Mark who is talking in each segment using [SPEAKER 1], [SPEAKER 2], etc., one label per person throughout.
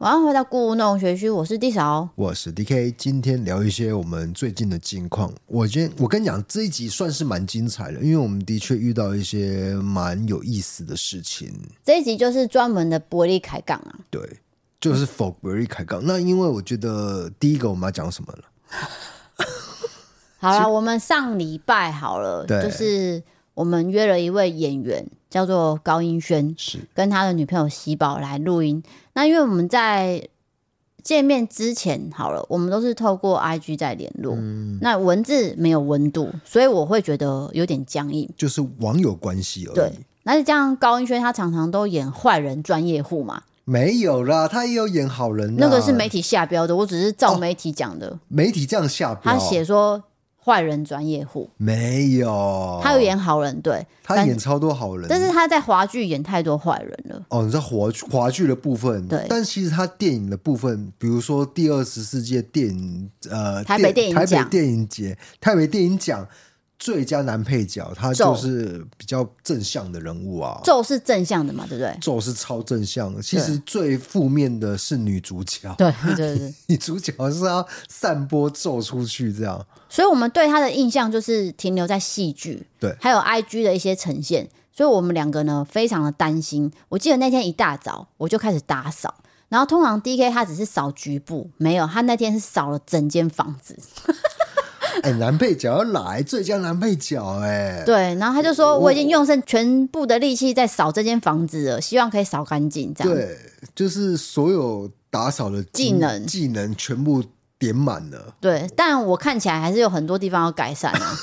[SPEAKER 1] 晚上回到故弄玄虚，我是地嫂。
[SPEAKER 2] 我是 DK，今天聊一些我们最近的近况。我今天我跟你讲，这一集算是蛮精彩的，因为我们的确遇到一些蛮有意思的事情。
[SPEAKER 1] 这一集就是专门的伯利开杠啊，
[SPEAKER 2] 对，就是否国力开杠。那因为我觉得第一个我们要讲什么了？
[SPEAKER 1] 好了，我们上礼拜好了，
[SPEAKER 2] 对
[SPEAKER 1] 就是我们约了一位演员，叫做高音轩，
[SPEAKER 2] 是
[SPEAKER 1] 跟他的女朋友喜宝来录音。那因为我们在见面之前好了，我们都是透过 IG 在联络，那文字没有温度，所以我会觉得有点僵硬。
[SPEAKER 2] 就是网友关系而
[SPEAKER 1] 对
[SPEAKER 2] 已。，
[SPEAKER 1] 那就这样，高音轩他常常都演坏人专业户嘛，
[SPEAKER 2] 没有啦，他也有演好人啦，
[SPEAKER 1] 那个是媒体下标的，我只是照媒体讲的。
[SPEAKER 2] 媒体这样下标，
[SPEAKER 1] 他写说坏人专业户，
[SPEAKER 2] 没有，
[SPEAKER 1] 他有，演好人对，
[SPEAKER 2] 他
[SPEAKER 1] 但
[SPEAKER 2] 演超多好人，
[SPEAKER 1] 但是他在华剧演太多坏人了。
[SPEAKER 2] 哦，你知道华剧华剧的部分，
[SPEAKER 1] 对
[SPEAKER 2] 但其实它电影的部分，比如说第二十世界电影呃
[SPEAKER 1] 台北电影
[SPEAKER 2] 台
[SPEAKER 1] 奖
[SPEAKER 2] 北电影节、台北电影奖最佳男配角，他
[SPEAKER 1] 咒
[SPEAKER 2] 就是比较正向的人物啊。
[SPEAKER 1] 咒是正向的嘛，对不 对？
[SPEAKER 2] 咒是超正向的，其实最负面的是女主角，
[SPEAKER 1] 对对对对，
[SPEAKER 2] 女主角是要散播咒出去这 样。
[SPEAKER 1] 所以我们对他的印象就是停留在戏剧，
[SPEAKER 2] 对
[SPEAKER 1] 还有 IG 的一些呈现。所以我们两个呢，非常的担心。我记得那天一大早我就开始打扫，然后通常 DK 他只是扫局部，没有他那天是扫了整间房子。
[SPEAKER 2] 哎、男配角要来，最佳男配角、哎，
[SPEAKER 1] 对，然后他就说我已经用剩全部的力气在扫这间房子了，希望可以扫干净。这样
[SPEAKER 2] 对，就是所有打扫的
[SPEAKER 1] 技能
[SPEAKER 2] 技能全部点满了。
[SPEAKER 1] 对，但我看起来还是有很多地方要改善 啊。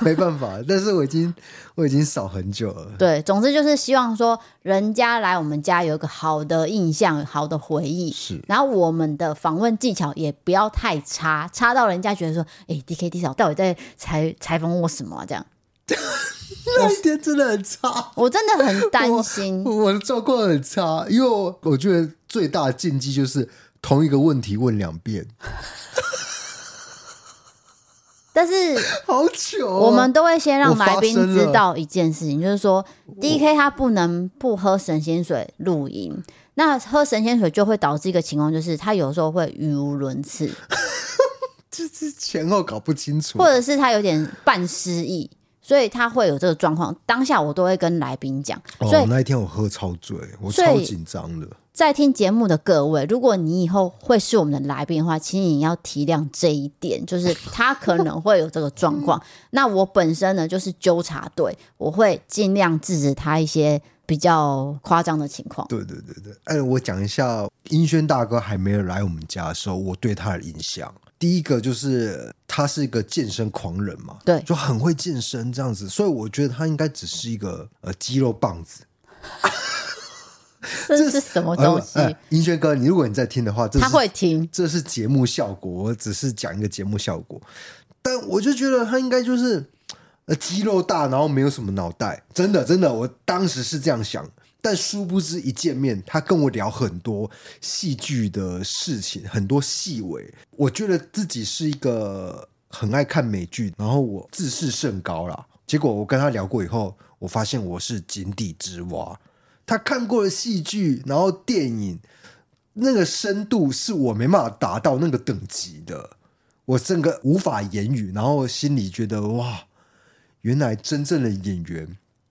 [SPEAKER 2] 没办法，但是我已经我已经扫很久了。
[SPEAKER 1] 对，总之就是希望说人家来我们家有一个好的印象、好的回忆。
[SPEAKER 2] 是
[SPEAKER 1] 然后我们的访问技巧也不要太差，差到人家觉得说：“哎、d K D 嫂到底在采采访我什么、啊？”这样，
[SPEAKER 2] 那一天真的很差，
[SPEAKER 1] 我真的很担心。
[SPEAKER 2] 我的状况很差，因为我我觉得最大的禁忌就是同一个问题问两 遍，
[SPEAKER 1] 但是
[SPEAKER 2] 好糗哦、
[SPEAKER 1] 我们都会先让
[SPEAKER 2] 我发
[SPEAKER 1] 来宾
[SPEAKER 2] 生
[SPEAKER 1] 知
[SPEAKER 2] 了
[SPEAKER 1] 道一件事情，就是说 D K 他不能不喝神仙水录音。那喝神仙水就会导致一个情况，就是他有时候会语无伦次，
[SPEAKER 2] 就是前后搞不清楚
[SPEAKER 1] 或。者是他有点半失忆，所以他会有这个状况。当下我都会跟来宾讲，所
[SPEAKER 2] 哦，
[SPEAKER 1] 以
[SPEAKER 2] 那一天我喝超醉，我
[SPEAKER 1] 所以
[SPEAKER 2] 超紧张的。
[SPEAKER 1] 在听节目的各位，如果你以后会是我们的来宾的话，请你要体谅这一点，就是他可能会有这个状 况。那我本身呢，就是纠察队，我会尽量制止他一些比较夸张的情况。
[SPEAKER 2] 对对对对，哎，我讲一下英轩大哥还没有来我们家的时候，我对他的印象。第一个就是他是一个健身狂人嘛，
[SPEAKER 1] 对
[SPEAKER 2] 就很会健身这样子，所以我觉得他应该只是一个呃肌肉棒子。
[SPEAKER 1] 这是什么东西？
[SPEAKER 2] 哎哎英轩哥，你如果你在听的话，这是
[SPEAKER 1] 他会听。
[SPEAKER 2] 这是节目效果，我只是讲一个节目效果，但我就觉得他应该就是呃肌肉大，然后没有什么脑袋，真的真的，我当时是这样想。但殊不知一见面，他跟我聊很多戏剧的事情，很多细微。我觉得自己是一个很爱看美剧，然后我自视甚高啦。结果我跟他聊过以后，我发现我是井底之蛙。他看过的戏剧，然后电影，那个深度是我没办法达到那个等级的，我整个无法言语，然后心里觉得哇，原来真正的演员，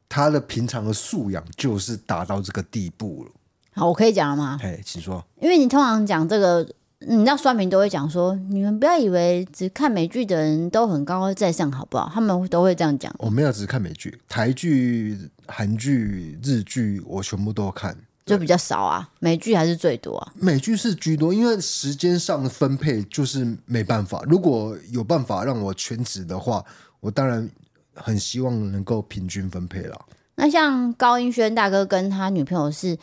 [SPEAKER 2] 他的平常的素养就是达到这个地步了。
[SPEAKER 1] 好，我可以讲了吗？
[SPEAKER 2] 哎，请说，
[SPEAKER 1] 因为你通常讲这个，嗯你知道酸民都会讲说，你们不要以为只看美剧的人都很高高在上，好不好？他们都会这样讲，
[SPEAKER 2] 我没有只是看美剧、台剧、韩剧、日剧，我全部都看。
[SPEAKER 1] 就比较少啊，美剧还是最多啊。
[SPEAKER 2] 美剧是居多，因为时间上的分配就是没办法。如果有办法让我全职的话，我当然很希望能够平均分配了。
[SPEAKER 1] 那像高音轩大哥跟他女朋友是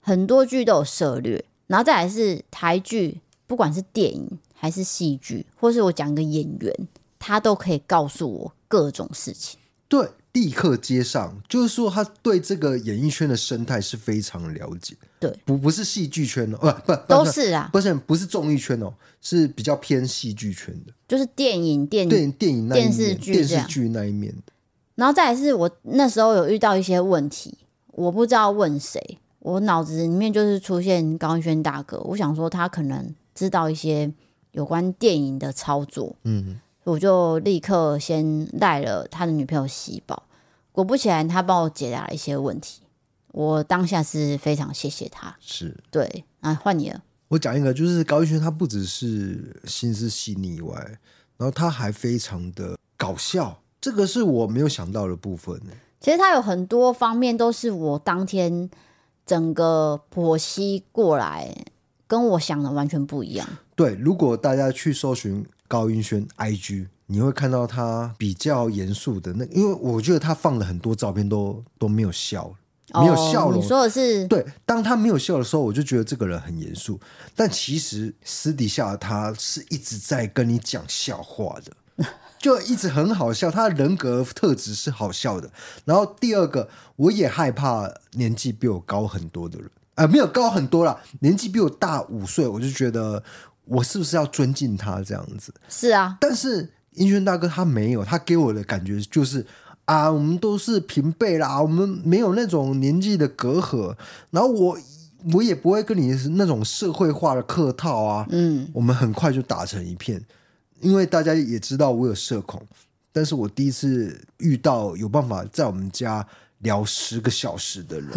[SPEAKER 1] 很多剧都有涉略，然后再来是台剧，不管是电影还是戏剧，或是我讲一个演员，他都可以告诉我各种事情。
[SPEAKER 2] 对，立刻接上，就是说他对这个演艺圈的生态是非常了解。
[SPEAKER 1] 对，
[SPEAKER 2] 不不是戏剧圈哦，不不
[SPEAKER 1] 都
[SPEAKER 2] 不
[SPEAKER 1] 是啊，
[SPEAKER 2] 不是不是综艺圈哦，是比较偏戏剧圈的
[SPEAKER 1] 就是电影、电影
[SPEAKER 2] 电电影那一
[SPEAKER 1] 嗯
[SPEAKER 2] 面，
[SPEAKER 1] 电视剧
[SPEAKER 2] 电
[SPEAKER 1] 这
[SPEAKER 2] 视
[SPEAKER 1] 样
[SPEAKER 2] 剧那一面。
[SPEAKER 1] 然后再来是我那时候有遇到一些问题，我不知道问谁，我脑子里面就是出现高轩大哥，我想说他可能知道一些有关电影的操作，
[SPEAKER 2] 嗯，
[SPEAKER 1] 我就立刻先带了他的女朋友喜宝。果不其然，他帮我解答了一些问题，我当下是非常谢谢他。
[SPEAKER 2] 是
[SPEAKER 1] 对，啊，换你了，
[SPEAKER 2] 我讲一个，就是高一轩他不只是心思细腻以外，然后他还非常的搞笑，这个是我没有想到的部分呢。
[SPEAKER 1] 其实他有很多方面都是我当天整个剖析过来，跟我想的完全不一样。
[SPEAKER 2] 对，如果大家去搜寻高云轩 IG，你会看到他比较严肃的那，因为我觉得他放了很多照片都都没有笑，没有笑
[SPEAKER 1] 哦、
[SPEAKER 2] 容。
[SPEAKER 1] 你说的是
[SPEAKER 2] 对，当他没有笑的时候，我就觉得这个人很严肃，但其实私底下他是一直在跟你讲笑话的。 就一直很好笑，他的人格特质是好笑的。然后第二个，我也害怕年纪比我高很多的人，啊、没有高很多啦，年纪比我大五岁，我就觉得我是不是要尊敬他这样子？
[SPEAKER 1] 是啊，
[SPEAKER 2] 但是英轩大哥他没有，他给我的感觉就是啊，我们都是平辈啦，我们没有那种年纪的隔阂，然后我我也不会跟你是那种社会化的客套啊，
[SPEAKER 1] 嗯，
[SPEAKER 2] 我们很快就打成一片，因为大家也知道我有社恐，但是我第一次遇到有办法在我们家聊十个小时 的人，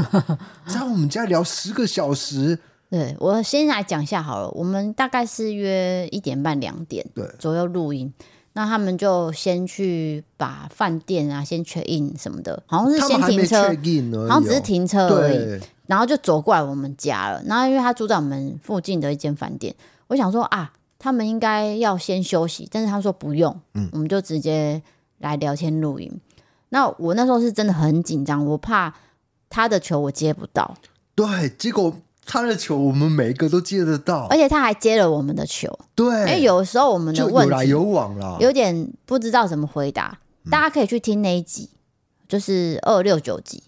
[SPEAKER 2] 在我们家聊十个小时，
[SPEAKER 1] 对我先来讲一下好了，我们大概是约一点半两点
[SPEAKER 2] 对
[SPEAKER 1] 左右录音。那他们就先去把饭店啊，先 check in 什么的，好像是
[SPEAKER 2] 他
[SPEAKER 1] 先
[SPEAKER 2] 们还没
[SPEAKER 1] 停车，
[SPEAKER 2] check in 而已哦、
[SPEAKER 1] 好像只是停车而已。
[SPEAKER 2] 对，
[SPEAKER 1] 然后就走过来我们家了。然后因为他住在我们附近的一间饭店，我想说啊，他们应该要先休息，但是他说不用，
[SPEAKER 2] 嗯
[SPEAKER 1] 我们就直接来聊天录音。那我那时候是真的很紧张，我怕他的球我接不到，
[SPEAKER 2] 对，结果他的球我们每一个都接得到，
[SPEAKER 1] 而且他还接了我们的球，因为
[SPEAKER 2] 对，
[SPEAKER 1] 哎有时候我们的
[SPEAKER 2] 哎就
[SPEAKER 1] 问
[SPEAKER 2] 有来
[SPEAKER 1] 题
[SPEAKER 2] 有往嗯啦，
[SPEAKER 1] 有点不知道怎么回答，大家可以去听那一集，就是二六九集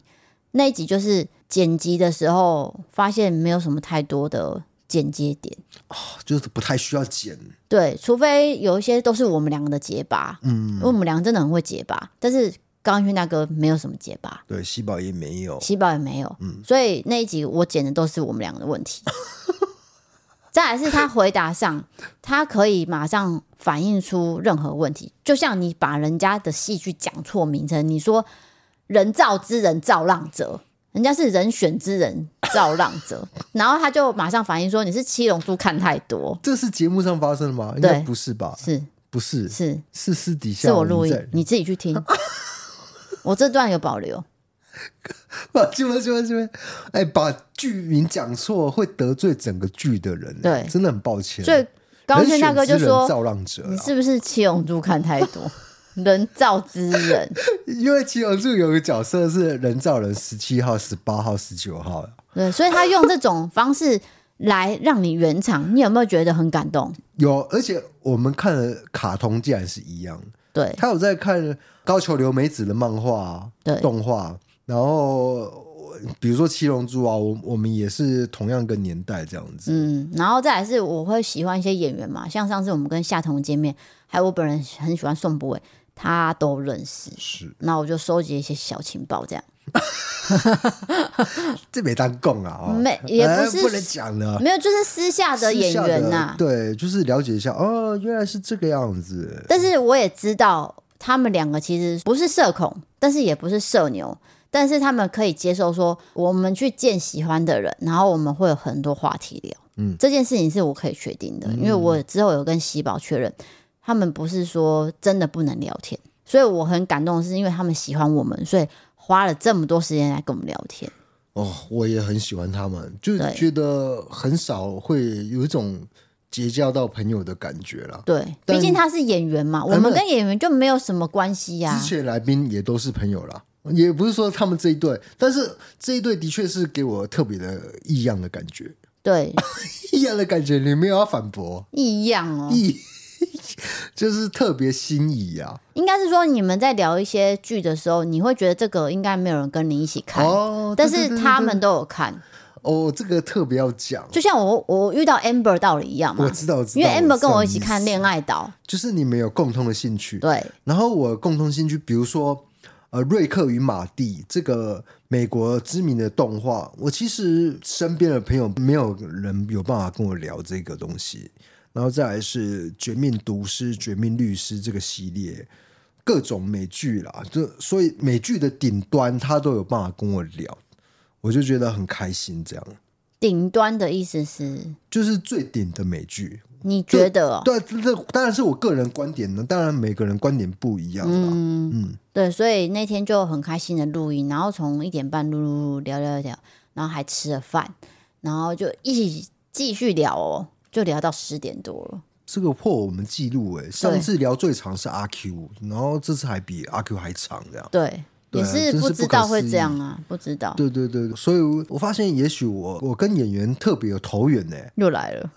[SPEAKER 1] 那一集，就是剪辑的时候发现没有什么太多的剪接点。
[SPEAKER 2] 就是不太需要剪，
[SPEAKER 1] 对，除非有一些都是我们两个的结巴，因
[SPEAKER 2] 嗯
[SPEAKER 1] 为，我们两个真的很会结巴，但是高云轩大哥没有什么结巴，
[SPEAKER 2] 对，西宝也没有，
[SPEAKER 1] 喜宝也没有，所以那一集我剪的都是我们两个的问题。 再来是他回答上，他可以马上反映出任何问题，就像你把人家的戏剧讲错名称，你说“人造之人造浪者”，人家是“人选之人造浪者”，然后他就马上反映说你是七龙珠看太多，
[SPEAKER 2] 这是节目上发生的吗？应
[SPEAKER 1] 对
[SPEAKER 2] 该不是吧？
[SPEAKER 1] 是
[SPEAKER 2] 不是，
[SPEAKER 1] 是。
[SPEAKER 2] 是私底下
[SPEAKER 1] 是我录
[SPEAKER 2] 们
[SPEAKER 1] 音
[SPEAKER 2] 在，
[SPEAKER 1] 你自己去听。我这段有保留，
[SPEAKER 2] 把这边这边这边，哎，把剧名讲错会得罪整个剧的人，
[SPEAKER 1] 对
[SPEAKER 2] 真的很抱歉。
[SPEAKER 1] 所以高轩大哥就
[SPEAKER 2] 人选之人
[SPEAKER 1] 说
[SPEAKER 2] 造啊浪：“者
[SPEAKER 1] 你
[SPEAKER 2] 啦，
[SPEAKER 1] 是不是七龙珠看太多，人造之人
[SPEAKER 2] 因为七龙珠有个角色是人造人十七号、十八号、十九号，？”
[SPEAKER 1] 对，所以他用这种方式来让你圆场，你有没有觉得很感动？
[SPEAKER 2] 有，而且我们看的卡通竟然是一样的。
[SPEAKER 1] 对
[SPEAKER 2] 他有在看高桥留美子的漫画啊、
[SPEAKER 1] 对
[SPEAKER 2] 动画，然后呃比如说《七龙珠》啊，我我们也是同样个年代这样子。
[SPEAKER 1] 嗯，然后再来是我会喜欢一些演员嘛，像上次我们跟夏彤见面，还有我本人很喜欢宋博伟，他都认识。
[SPEAKER 2] 是，
[SPEAKER 1] 那我就收集一些小情报，这样
[SPEAKER 2] 这没当供啊、哦，
[SPEAKER 1] 没也不
[SPEAKER 2] 哎
[SPEAKER 1] 是
[SPEAKER 2] 不能讲的。
[SPEAKER 1] 没有就是私下的演员呐、
[SPEAKER 2] 私下的对，就是了解一下哦，原来是这个样子。
[SPEAKER 1] 但是我也知道，他们两个其实不是社恐，但是也不是社牛，但是他们可以接受说，我们去见喜欢的人，然后我们会有很多话题聊。
[SPEAKER 2] 嗯，
[SPEAKER 1] 这件事情是我可以确定的，因为我之后有跟喜宝确认，他们不是说真的不能聊天，所以我很感动，的是因为他们喜欢我们，所以花了这么多时间来跟我们聊天。
[SPEAKER 2] 哦，我也很喜欢他们，就
[SPEAKER 1] 对
[SPEAKER 2] 觉得很少会有一种结交到朋友的感觉啦。
[SPEAKER 1] 对，
[SPEAKER 2] 但
[SPEAKER 1] 毕竟他是演员嘛，我
[SPEAKER 2] 没
[SPEAKER 1] 们
[SPEAKER 2] 有
[SPEAKER 1] 跟演员就没有什么关系呀、
[SPEAKER 2] 之前来宾也都是朋友啦，也不是说他们这一对，但是这一对的确是给我特别的异样的感觉，
[SPEAKER 1] 对，
[SPEAKER 2] 异样的感觉，你没有要反驳，
[SPEAKER 1] 异样 哦。
[SPEAKER 2] 异就是特别新意啊。
[SPEAKER 1] 应该是说你们在聊一些剧的时候，你会觉得这个应该没有人跟你一起看，
[SPEAKER 2] 哦，
[SPEAKER 1] 但
[SPEAKER 2] 对
[SPEAKER 1] 是他们都有看。
[SPEAKER 2] 对对对哦，这个特别要讲，
[SPEAKER 1] 就像我我遇到 Amber 道理一样嘛
[SPEAKER 2] 我，知道，我知道
[SPEAKER 1] 因为 Amber 跟我一起
[SPEAKER 2] 知道
[SPEAKER 1] 看《恋爱岛
[SPEAKER 2] 就是你们有共同的兴趣》，，
[SPEAKER 1] 对
[SPEAKER 2] 然后我的共同兴趣，比如说呃《瑞克与马蒂》这个美国知名的动画，我其实身边的朋友没有人有办法跟我聊这个东西。然后再来是《绝命毒师》《绝命律师》这个系列，各种美剧啦，这所以美剧的顶端他都有办法跟我聊，我就觉得很开心。这样
[SPEAKER 1] 顶端的意思是
[SPEAKER 2] 就是最顶的美剧，
[SPEAKER 1] 你觉得、哦？
[SPEAKER 2] 对，这这当然是我个人观点呢，当然每个人观点不一样啦。嗯
[SPEAKER 1] 对，所以那天就很开心的录音，然后从一点半录录录聊聊聊，然后还吃了饭，然后就一起继续聊哦，就聊到十点多了。
[SPEAKER 2] 这个破我们记录哎，上次聊最长是阿 Q，然后这次还比阿 Q 还长这样。
[SPEAKER 1] 对，
[SPEAKER 2] 对
[SPEAKER 1] 也
[SPEAKER 2] 啊
[SPEAKER 1] 是
[SPEAKER 2] 真
[SPEAKER 1] 不
[SPEAKER 2] 是
[SPEAKER 1] 知
[SPEAKER 2] 不可
[SPEAKER 1] 道会
[SPEAKER 2] 思
[SPEAKER 1] 这
[SPEAKER 2] 议
[SPEAKER 1] 样啊，不知道
[SPEAKER 2] 对对对，对所以我我发现，也许我我跟演员特别有投缘呢、
[SPEAKER 1] 又来了。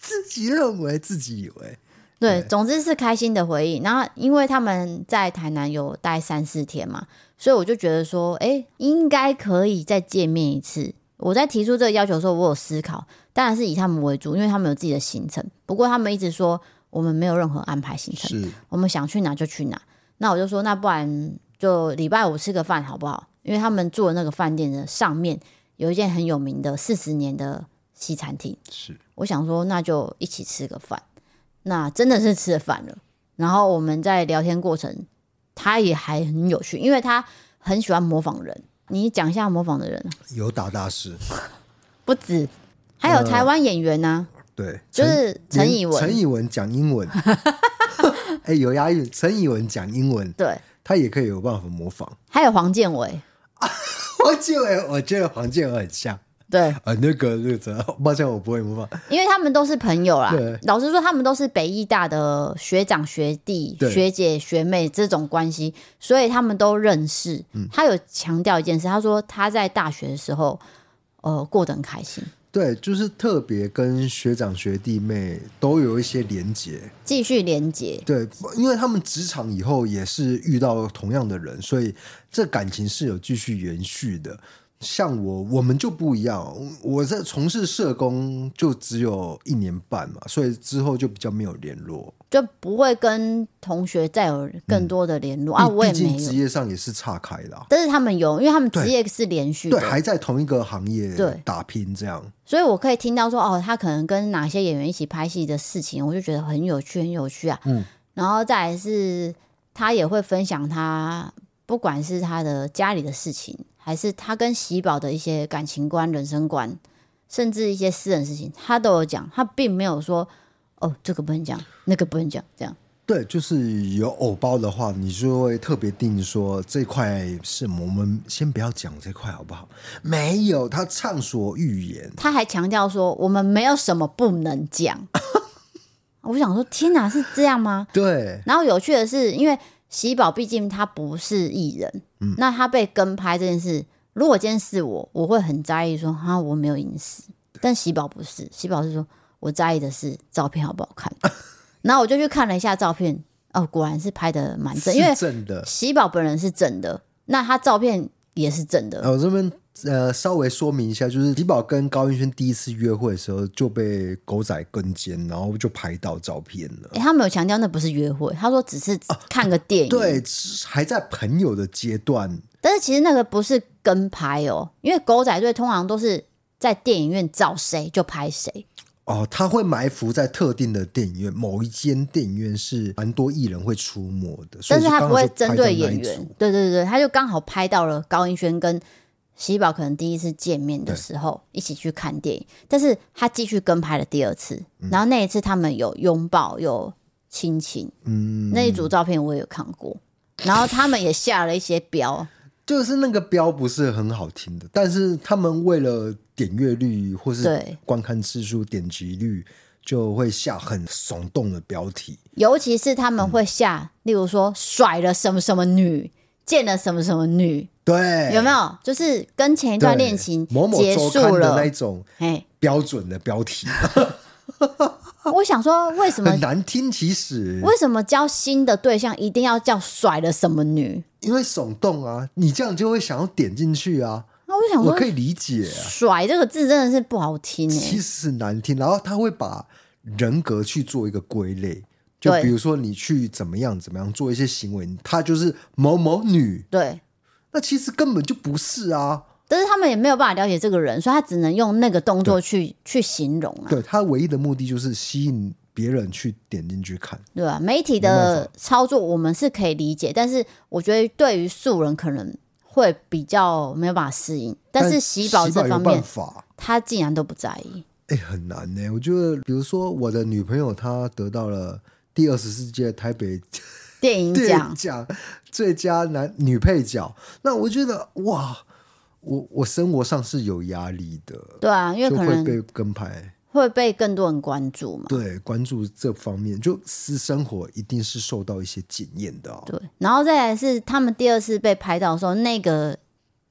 [SPEAKER 2] 自己认为自己以欸为，
[SPEAKER 1] 对，总之是开心的回忆。然后，因为他们在台南有待三四天嘛，所以我就觉得说，哎，应该可以再见面一次。我在提出这个要求的时候，我有思考，当然是以他们为主，因为他们有自己的行程。不过他们一直说我们没有任何安排行程，
[SPEAKER 2] 是
[SPEAKER 1] 我们想去哪就去哪。那我就说，那不然就礼拜五吃个饭好不好？因为他们住的那个饭店的上面有一间很有名的四十年的西餐厅，
[SPEAKER 2] 是
[SPEAKER 1] 我想说那就一起吃个饭。那真的是吃了饭了，然后我们在聊天过程，他也还很有趣，因为他很喜欢模仿人。你讲一下模仿的人啊，
[SPEAKER 2] 有打大师，
[SPEAKER 1] 不止，还有台湾演员呢、
[SPEAKER 2] 对，
[SPEAKER 1] 就是陈
[SPEAKER 2] 连
[SPEAKER 1] 以文
[SPEAKER 2] 陈以文讲 英文，哎、有押韵，陈以文讲英文，
[SPEAKER 1] 对，
[SPEAKER 2] 他也可以有办法模仿。
[SPEAKER 1] 还有黄建伟，
[SPEAKER 2] 黄建伟，我觉得黄建伟很像
[SPEAKER 1] 对，
[SPEAKER 2] 啊，那个那个真的，抱歉，我不会模仿，
[SPEAKER 1] 因为他们都是朋友啦
[SPEAKER 2] 对。
[SPEAKER 1] 老实说，他们都是北艺大的学长、学弟、
[SPEAKER 2] 对
[SPEAKER 1] 学姐、学妹这种关系，所以他们都认识。
[SPEAKER 2] 嗯
[SPEAKER 1] 他有强调一件事，他说他在大学的时候，呃，过得很开心，
[SPEAKER 2] 对，就是特别跟学长学弟妹都有一些连结，
[SPEAKER 1] 继续连接。
[SPEAKER 2] 对，因为他们职场以后也是遇到同样的人，所以这感情是有继续延续的。像我，我们就不一样。我在从事社工就只有一年半嘛，所以之后就比较没有联络
[SPEAKER 1] 就不会跟同学再有更多的联络、啊，
[SPEAKER 2] 嗯毕
[SPEAKER 1] 我也
[SPEAKER 2] 毕竟
[SPEAKER 1] 没
[SPEAKER 2] 职
[SPEAKER 1] 有。
[SPEAKER 2] 业上也是岔开的啊、
[SPEAKER 1] 但是他们有，因为他们
[SPEAKER 2] 对
[SPEAKER 1] 职业是连续
[SPEAKER 2] 对，
[SPEAKER 1] 的，
[SPEAKER 2] 还在同一个行业
[SPEAKER 1] 对
[SPEAKER 2] 打拼这样。
[SPEAKER 1] 所以我可以听到说，哦，他可能跟哪些演员一起拍戏的事情，我就觉得很有趣，很有趣啊。
[SPEAKER 2] 嗯，
[SPEAKER 1] 然后再来是，他也会分享他不管是他的家里的事情，还是他跟喜宝的一些感情观、人生观，甚至一些私人事情，他都有讲。他并没有说，哦，这个不能讲，那个不能讲，这样。
[SPEAKER 2] 对，就是有偶包的话，你就会特别定说这块是我们先不要讲这块好不好？没有，他畅所欲言。
[SPEAKER 1] 他还强调说，我们没有什么不能讲。 我想说，天哪，是这样吗？
[SPEAKER 2] 对，
[SPEAKER 1] 然后有趣的是，因为喜宝毕竟他不是艺人，
[SPEAKER 2] 嗯
[SPEAKER 1] 那他被跟拍这件事，如果今天是我，我会很在意说哈我没有隐私，但喜宝不是，喜宝是说我在意的是照片好不好 看。然后我就去看了一下照片，哦，果然是拍的蛮正，因为
[SPEAKER 2] 是正的。
[SPEAKER 1] 喜宝本人是正的，那他照片也是正的，
[SPEAKER 2] 啊，我这边呃稍微说明一下，就是李宝跟高云轩第一次约会的时候就被狗仔跟监，然后就拍到照片了。
[SPEAKER 1] 诶他没有强调那不是约会，他说只是看个电影，
[SPEAKER 2] 哦对，是还在朋友的阶段，
[SPEAKER 1] 但是其实那个不是跟拍哦，因为狗仔队通常都是在电影院找谁就拍谁，
[SPEAKER 2] 哦，他会埋伏在特定的电影院，某一间电影院是蛮多艺人会出没的，所
[SPEAKER 1] 但
[SPEAKER 2] 以
[SPEAKER 1] 是他
[SPEAKER 2] 刚
[SPEAKER 1] 不
[SPEAKER 2] 好
[SPEAKER 1] 会
[SPEAKER 2] 就
[SPEAKER 1] 针
[SPEAKER 2] 拍到
[SPEAKER 1] 对
[SPEAKER 2] 那
[SPEAKER 1] 演
[SPEAKER 2] 一
[SPEAKER 1] 员
[SPEAKER 2] 组。
[SPEAKER 1] 对对对，他就刚好拍到了高英轩跟喜宝可能第一次见面的时候一起去看电影，但是他继续跟拍了第二次，
[SPEAKER 2] 嗯
[SPEAKER 1] 然后那一次他们有拥抱有亲亲，
[SPEAKER 2] 嗯，
[SPEAKER 1] 那一组照片我也有看过，然后他们也下了一些标，
[SPEAKER 2] 就是那个标不是很好听的，但是他们为了点阅率或
[SPEAKER 1] 对
[SPEAKER 2] 是观看次数、点击率，就会下很耸动的标题。
[SPEAKER 1] 尤其是他们会下，例如说甩了什么什么女，见了什么什么女。
[SPEAKER 2] 对，
[SPEAKER 1] 有没有？就是跟前一段
[SPEAKER 2] 哎对
[SPEAKER 1] 恋情
[SPEAKER 2] 某某
[SPEAKER 1] 结
[SPEAKER 2] 周
[SPEAKER 1] 束
[SPEAKER 2] 刊的
[SPEAKER 1] 了
[SPEAKER 2] 那一，种
[SPEAKER 1] 哎，
[SPEAKER 2] 标准的 标题，
[SPEAKER 1] 我想说，为什么
[SPEAKER 2] 很难听。其实，
[SPEAKER 1] 为什么交新的对象一定要叫甩了什么女？
[SPEAKER 2] 因为耸动啊，你这样就会想要点进去啊，
[SPEAKER 1] 那我想
[SPEAKER 2] 我可
[SPEAKER 1] 说，
[SPEAKER 2] 以理解啊，
[SPEAKER 1] 甩这个字真 的是不好听哎、
[SPEAKER 2] 其实是难听。然后他会把人格去做一个归类，就
[SPEAKER 1] 对
[SPEAKER 2] 比如说你去怎么样怎么样做一些行为，她就是某某女，
[SPEAKER 1] 对，
[SPEAKER 2] 那其实根本就不是啊。
[SPEAKER 1] 但是他们也没有办法了解这个人，所以他只能用那个动作去去形容啊，
[SPEAKER 2] 对她唯一的目的就是吸引别人去点进去看。
[SPEAKER 1] 对吧、媒体
[SPEAKER 2] 没
[SPEAKER 1] 的操作我们是可以理解，但是我觉得对于素人可能会比较没有办法适应，但是喜宝这
[SPEAKER 2] 有
[SPEAKER 1] 方
[SPEAKER 2] 办
[SPEAKER 1] 面
[SPEAKER 2] 法，
[SPEAKER 1] 他竟然都不在意，
[SPEAKER 2] 哎、很难呢、我觉得，比如说我的女朋友她得到了第二十四届台北
[SPEAKER 1] 电影
[SPEAKER 2] 电影
[SPEAKER 1] 奖
[SPEAKER 2] 奖最佳男女配角，那我觉得哇，我我生活上是有压力的，
[SPEAKER 1] 对啊，因为
[SPEAKER 2] 就
[SPEAKER 1] 可
[SPEAKER 2] 会
[SPEAKER 1] 能
[SPEAKER 2] 被跟拍，
[SPEAKER 1] 会被更多人关注嘛。
[SPEAKER 2] 对，关注这方面，就私生活一定是受到一些检验的、啊。
[SPEAKER 1] 对，然后再来是他们第二次被拍到的时候，那个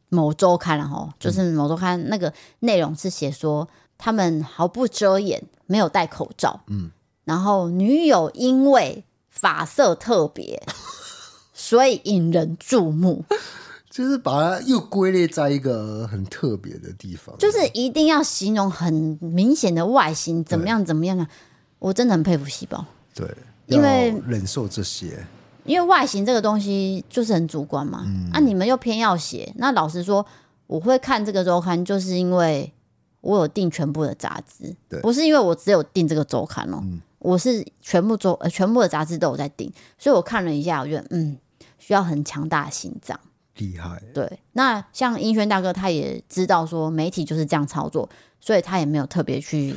[SPEAKER 1] 某周刊然后就是某周刊那个内容是写说他们毫不遮掩，没有戴口罩，嗯，然后女友因为发色特别，所以引人注目，
[SPEAKER 2] 就是把它又归类在一个很特别的地方，
[SPEAKER 1] 就是一定要形容很明显的外形，怎么样怎么样啊！我真的很佩服细胞，
[SPEAKER 2] 对，
[SPEAKER 1] 因为
[SPEAKER 2] 要忍受这些，
[SPEAKER 1] 因为外形这个东西就是很主观嘛，
[SPEAKER 2] 嗯
[SPEAKER 1] 啊，你们又偏要写。那老实说，我会看这个周刊，就是因为我有订全部的杂志
[SPEAKER 2] 对，嗯
[SPEAKER 1] 不是因为我只有订这个周刊哦、我是全部周、呃、全部的杂志都有在订，所以我看了一下，我觉得嗯，需要很强大的心脏。
[SPEAKER 2] 厉害，
[SPEAKER 1] 对，那像英轩大哥他也知道说媒体就是这样操作，所以他也没有特别去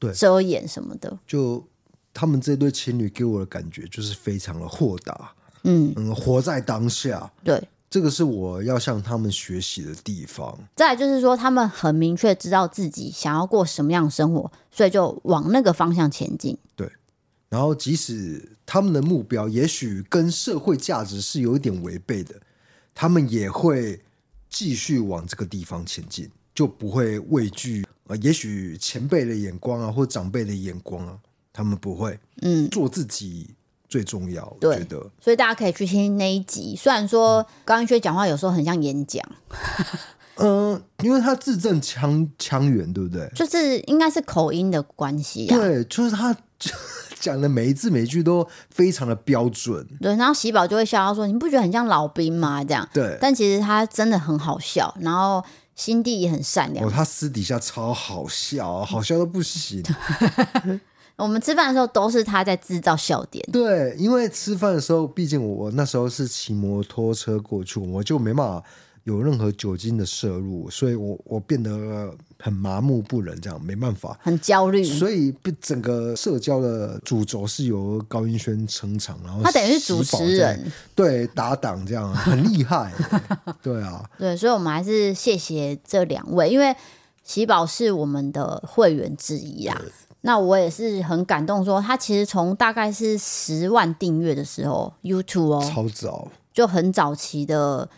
[SPEAKER 2] 对
[SPEAKER 1] 遮掩什么的。
[SPEAKER 2] 就。他们这对情侣给我的感觉就是非常的豁达，
[SPEAKER 1] 嗯，
[SPEAKER 2] 嗯，活在当下，
[SPEAKER 1] 对。
[SPEAKER 2] 这个是我要向他们学习的地方。
[SPEAKER 1] 再来就是说，他们很明确知道自己想要过什么样的生活，所以就往那个方向前进。
[SPEAKER 2] 然后，即使他们的目标也许跟社会价值是有一点违背的，他们也会继续往这个地方前进，就不会畏惧呃，也许前辈的眼光啊，或长辈的眼光啊，他们不会
[SPEAKER 1] 嗯，
[SPEAKER 2] 做自己最重要。我
[SPEAKER 1] 对
[SPEAKER 2] 觉得
[SPEAKER 1] 所以大家可以去听那一集。虽然说高云轩讲话有时候很像演讲，
[SPEAKER 2] 嗯、因为他字正腔腔圆，对不对？
[SPEAKER 1] 就是应该是口音的关系啊。
[SPEAKER 2] 对，就是他 讲的每一字每一句都非常的标准。
[SPEAKER 1] 对，然后喜宝就会笑他说：“你不觉得很像老兵吗？”这样，
[SPEAKER 2] 对，
[SPEAKER 1] 但其实他真的很好笑，然后心地也很善良
[SPEAKER 2] 哦，。他私底下超好笑，好笑到不行。
[SPEAKER 1] 我们吃饭的时候都是他在制造笑点。
[SPEAKER 2] 对，因为吃饭的时候，毕竟我我那时候是骑摩托车过去，我就没办法有任何酒精的摄入，所以我我变得很麻木不仁，这样没办法。
[SPEAKER 1] 很焦虑，
[SPEAKER 2] 所以不整个社交的主轴是由高音轩撑场，然后
[SPEAKER 1] 他等于是主
[SPEAKER 2] 喜宝
[SPEAKER 1] 持
[SPEAKER 2] 在
[SPEAKER 1] 人，
[SPEAKER 2] 对打档这样很厉害 欸、对啊，
[SPEAKER 1] 对，所以我们还是谢谢这两位，因为喜宝是我们的会员之一啊。那我也是很感动说他其实从大概是十万订阅的时候，YouTube 哦，
[SPEAKER 2] 超早，
[SPEAKER 1] 就很早期的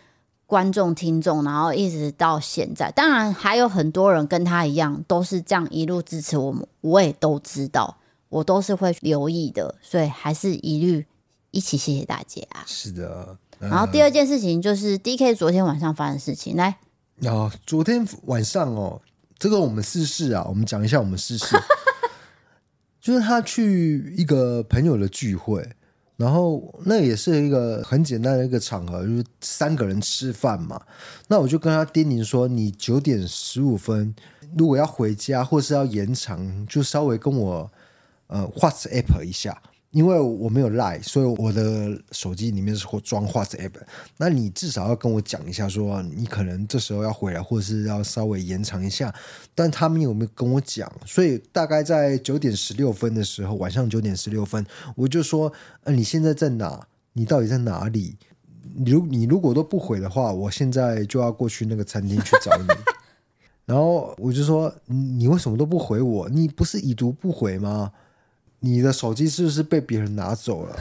[SPEAKER 1] 观众听众，然后一直到现在。当然还有很多人跟他一样，都是这样一路支持我们，我也都知道，我都是会留意的，所以还是一律一起谢谢大家。啊
[SPEAKER 2] 是的。
[SPEAKER 1] 然后第二件事情就是 D K 昨天晚上发生的事情，来。
[SPEAKER 2] 然后哦昨天晚上哦，这个我们试试啊，我们讲一下我们试试。 就是他去一个朋友的聚会，然后那也是一个很简单的一个场合，就是三个人吃饭嘛。那我就跟他叮咛说，你九点十五分如果要回家或是要延长，就稍微跟我呃 WhatsApp 一下，因为我没有 Line，所以我的手机里面是装 WhatsApp。那你至少要跟我讲一下说你可能这时候要回来，或者是要稍微延长一下。但他们有没有跟我讲？所以大概在九点十六分的时候，晚上九点十六分，我就说：呃，你现在在哪？你到底在哪里？你如你如果都不回的话，我现在就要过去那个餐厅去找你。 然后我就说你你为什么都不回我？你不是已读不回吗？你的手机是不是被别人拿走了？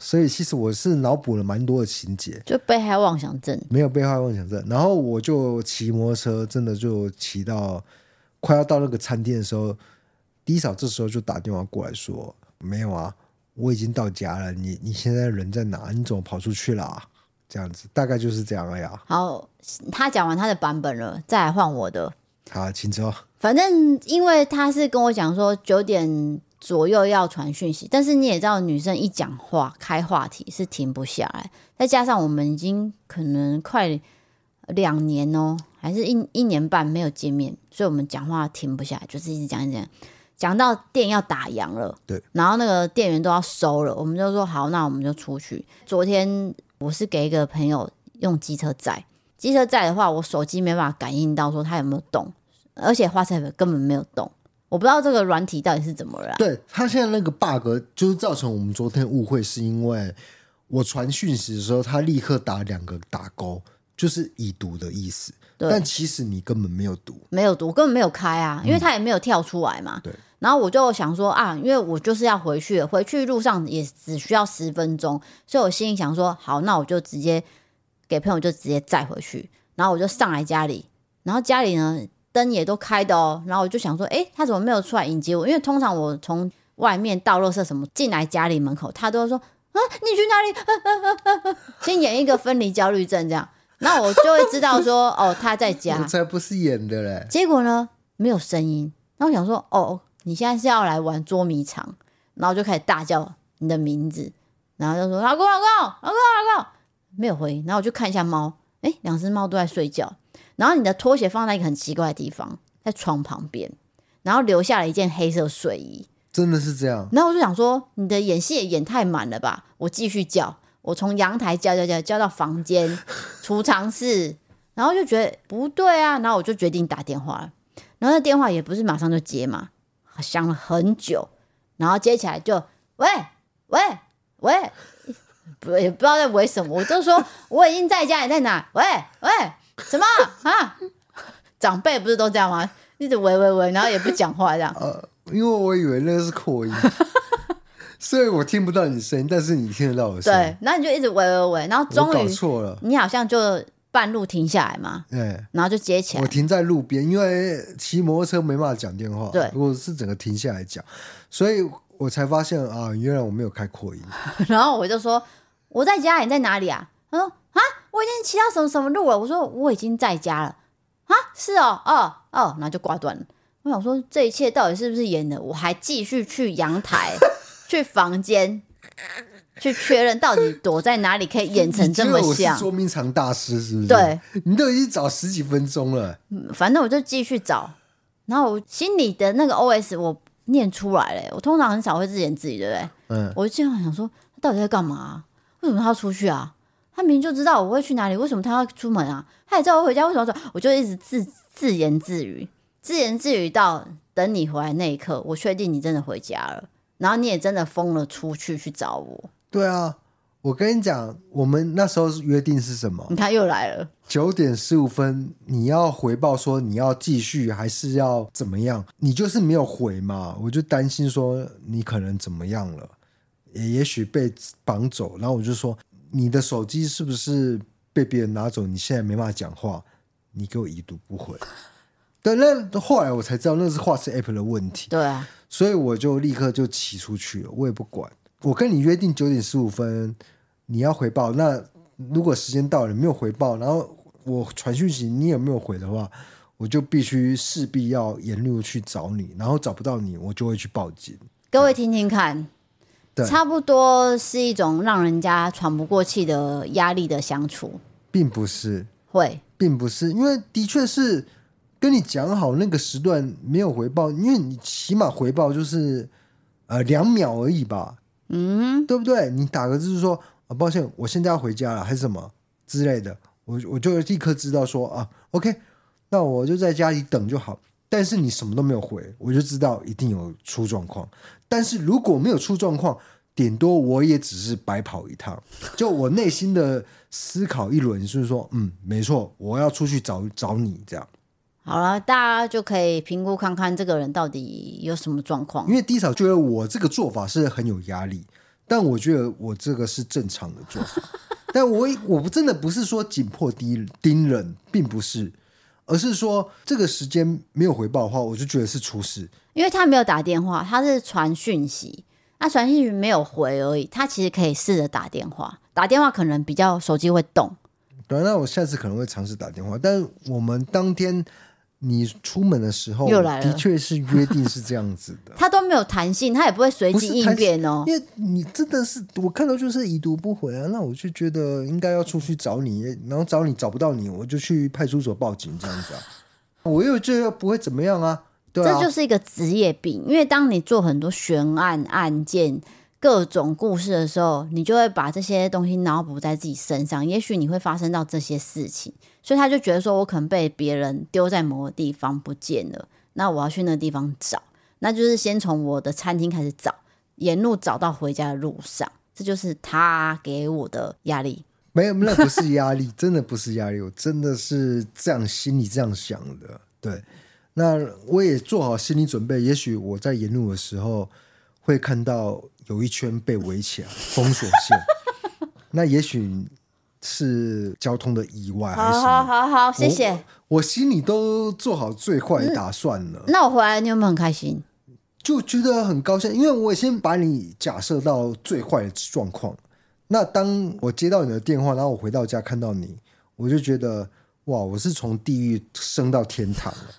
[SPEAKER 2] 所以其实我是脑补了蛮多的情节。
[SPEAKER 1] 就被害妄想症。
[SPEAKER 2] 没有被害妄想症。然后我就骑摩托车，真的就骑到快要到那个餐厅的时候，低嫂这时候就打电话过来说：“没有啊，我已经到家了，你你现在人在哪？你怎么跑出去啦、这样子大概就是这样了啊呀。
[SPEAKER 1] 好，他讲完他的版本了，再来换我的。
[SPEAKER 2] 好，请坐。
[SPEAKER 1] 反正因为他是跟我讲说九点左右要传讯息，但是你也知道，女生一讲话开话题是停不下来，再加上我们已经可能快两年哦、还是一一年半没有见面，所以我们讲话停不下来，就是一直讲一直讲，讲到店要打烊了，
[SPEAKER 2] 对，
[SPEAKER 1] 然后那个店员都要收了，我们就说好，那我们就出去。昨天我是给一个朋友用机车载，机车载的话，我手机没办法感应到说它有没有动，而且花 WhatsApp 根本没有动，我不知道这个软体到底是怎么了啊、
[SPEAKER 2] 对他现在那个 bug 就是造成我们昨天误会，是因为我传讯息的时候，他立刻打两个打勾，就是已读的意思。
[SPEAKER 1] 对
[SPEAKER 2] 但其实你根本没有读，
[SPEAKER 1] 没有读，我根本没有开啊，因为它也没有跳出来嘛。
[SPEAKER 2] 对
[SPEAKER 1] 然后我就想说啊，因为我就是要回去了，回去路上也只需要十分钟，所以我心里想说，好，那我就直接给朋友就直接载回去，然后我就上来家里，然后家里呢灯也都开的哦，然后我就想说，诶，他怎么没有出来迎接我？因为通常我从外面到垃圾什么进来家里门口，他都会说啊，你去哪里？啊 啊啊啊啊！先演一个分离焦虑症这样，那我就会知道说，哦，他在家。
[SPEAKER 2] 我才不是演的嘞。
[SPEAKER 1] 结果呢，没有声音。然后我想说，哦，你现在是要来玩捉迷藏，然后我就开始大叫你的名字，然后就说老公，老公，老公，老公，没有回应。然后我就看一下猫，诶，两只猫都在睡觉。然后你的拖鞋放在一个很奇怪的地方，在床旁边，然后留下了一件黑色睡衣。
[SPEAKER 2] 真的是这样。
[SPEAKER 1] 然后我就想说，你的演戏也演太满了吧？我继续叫，我从阳台叫叫叫叫到房间、储藏室，然后就觉得不对啊，然后我就决定打电话了。然后那电话也不是马上就接嘛，想了很久，然后接起来就喂喂喂，不也不知道在喂什么，我就说我已经在家，你在哪？喂喂，什么啊？长辈不是都这样吗？一直喂喂喂，然后也不讲话这样。
[SPEAKER 2] 呃，因为我以为那个 是扩音，所以我听不到你声音，但是你听得到我的声音
[SPEAKER 1] 对。，然后你就一直喂喂喂，然后
[SPEAKER 2] 我
[SPEAKER 1] 终
[SPEAKER 2] 搞
[SPEAKER 1] 于
[SPEAKER 2] 错了，
[SPEAKER 1] 你好像就半路停下来嘛，
[SPEAKER 2] 哎、
[SPEAKER 1] 然后就接起
[SPEAKER 2] 我
[SPEAKER 1] 来。
[SPEAKER 2] 停在路边，因为骑摩托车没办法讲电话，
[SPEAKER 1] 对
[SPEAKER 2] 我是整个停下来讲，所以我才发现啊，原来我没有开扩音，
[SPEAKER 1] 然后我就说我在家，你在哪里啊？他说啊，我已经骑到什么什么路了。我说我已经在家了。啊，是哦，哦哦，然后就挂断了。我想说这一切到底是不是演的？我还继续去阳 台、去房间去确认到底躲在哪里可以演成这么
[SPEAKER 2] 你觉得我
[SPEAKER 1] 像
[SPEAKER 2] 是。捉迷藏大师是不是？
[SPEAKER 1] 对，
[SPEAKER 2] 你都已经找十几分钟了，
[SPEAKER 1] 反正我就继续找，然后我心里的那个 OS 我念出来了。我通常很少会自言自语，对不对？
[SPEAKER 2] 嗯，
[SPEAKER 1] 我就想说，他到底在干嘛啊、为什么他要出去啊？他明明就知道我会去哪里，为什么他要出门啊？他也知道我回家，为什么要走？我就一直自自言自语，自言自语到等你回来那一刻，我确定你真的回家了，然后你也真的疯了出去去找我。
[SPEAKER 2] 对啊，我跟你讲，我们那时候约定是什么？
[SPEAKER 1] 你看又来了，
[SPEAKER 2] 九点十五分，你要回报说你要继续还是要怎么样？你就是没有回嘛，我就担心说你可能怎么样了，也也许被绑走。然后我就说你的手机是不是被别人拿走？你现在没办法讲话，你给我已读不回。对，那后来我才知道那是话是 app 的问题，
[SPEAKER 1] 对啊，
[SPEAKER 2] 所以我就立刻就骑出去了，我也不管。我跟你约定九点十五分你要回报，那如果时间到了你没有回报，然后我传讯息你也没有回的话，我就必须势必要沿路去找你，然后找不到你，我就会去报警。
[SPEAKER 1] 各位听听看，
[SPEAKER 2] 对
[SPEAKER 1] 差不多是一种让人家喘不过气的压力的相处，
[SPEAKER 2] 并不是，
[SPEAKER 1] 会
[SPEAKER 2] 并不是，因为的确是跟你讲好那个时段没有回报，因为你起码回报就是呃两秒而已吧，嗯，对不对？你打个字就说啊，抱歉，我现在要回家了，还是什么之类的，我我就立刻知道说啊，OK，那我就在家里等就好。但是你什么都没有回，我就知道一定有出状况。但是如果没有出状况，顶多我也只是白跑一趟。就我内心的思考一轮，就是说，嗯，没错，我要出去找找你这样。
[SPEAKER 1] 好了，大家就可以评估看看这个人到底有什么状况
[SPEAKER 2] 因。为低嫂觉得我这个做法是很有压力，但我觉得我这个是正常的 做法。但我我不真的不是说紧迫盯盯人，并不是，而是说这个时间没有回报的话，我就觉得是出事。
[SPEAKER 1] 因为他没有打电话，他是传讯息，那传讯息没有回而已。他其实可以试着打电话，打电话可能比较手机会动。
[SPEAKER 2] 对，那我下次可能会尝试打电话，但我们当天你出门的时候，
[SPEAKER 1] 又来了
[SPEAKER 2] 的确是约定是这样子的。
[SPEAKER 1] 他都没有弹性，他也不会随
[SPEAKER 2] 不
[SPEAKER 1] 机
[SPEAKER 2] 是
[SPEAKER 1] 应
[SPEAKER 2] 弹
[SPEAKER 1] 变哦。
[SPEAKER 2] 因为你真的是我看到就是已读不回啊，那我就觉得应该要出去找你，然后找你找不到你，我就去派出所报警这 样子啊。我又觉得不会怎么样啊，对啊，
[SPEAKER 1] 这就是一个职业病，因为当你做很多悬案案件、各种故事的时候，你就会把这些东西脑补在自己身上。也许你会发生到这些事情，所以他就觉得说，我可能被别人丢在某个地方不见了，那我要去那个地方找，那就是先从我的餐厅开始找，沿路找到回家的路上，这就是他给我的压力。
[SPEAKER 2] 没有，那不是压力， 真的不是压力，我真的是这样心里这样想的。对，那我也做好心理准备，也许我在沿路的时候会看到有一圈被围起来，封锁线， 那也许是交通的意外还
[SPEAKER 1] 好
[SPEAKER 2] 是什
[SPEAKER 1] 好
[SPEAKER 2] 么。
[SPEAKER 1] 好好，谢谢。
[SPEAKER 2] 我，我心里都做好最坏的打算了。
[SPEAKER 1] 那我回来，你有没有很开心？
[SPEAKER 2] 就觉得很高兴，因为我先把你假设到最坏的状况。那当我接到你的电话，然后我回到家看到你，我就觉得哇，我是从地狱升到天堂了。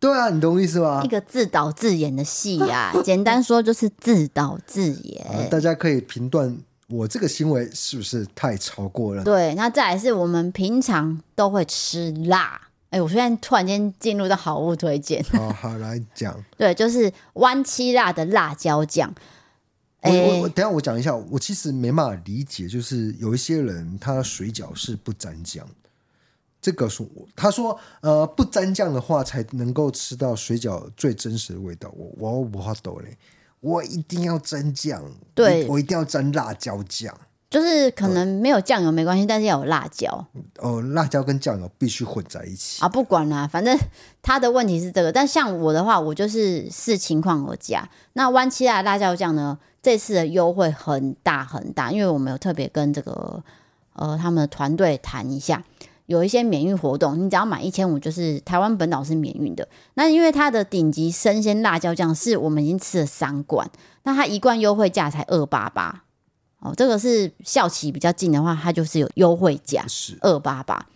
[SPEAKER 2] 对啊，你懂我意思吗
[SPEAKER 1] 一？个自导自演的戏呀、简单说就是自导自
[SPEAKER 2] 啊、
[SPEAKER 1] 演。
[SPEAKER 2] 大家可以评断我这个行为是不是太超过了？
[SPEAKER 1] 对，那再来是我们平常都会吃辣。哎、我现在突然间进入到好物推荐，
[SPEAKER 2] 好好来讲，
[SPEAKER 1] 对，就是湾七辣的辣椒酱。
[SPEAKER 2] 我
[SPEAKER 1] 哎、
[SPEAKER 2] 我我等一下我讲一下，我其实没办法理解，就是有一些人他水饺是不沾酱，这个是我他说呃不沾酱的话才能够吃到水饺最真实的味道，我我不怕抖嘞，我一定要沾酱，
[SPEAKER 1] 对
[SPEAKER 2] 我一定要沾辣椒酱，
[SPEAKER 1] 就是可能没有酱油没关系，但是要有辣椒
[SPEAKER 2] 哦，辣椒跟酱油必须混在一起，
[SPEAKER 1] 啊，不管啦、反正它的问题是这个。但像我的话，我就是视情况而加。那湾七辣的辣椒酱呢，这次的优惠很大很大，因为我们有特别跟这个呃他们的团队谈一下，有一些免运活动，你只要满一千五，就是台湾本岛是免运的。那因为它的顶级生鲜辣椒酱是我们已经吃了三罐，那它一罐优惠价才二八八，哦，这个是校期比较近的话，它就是有优惠价
[SPEAKER 2] 是，
[SPEAKER 1] 二八八，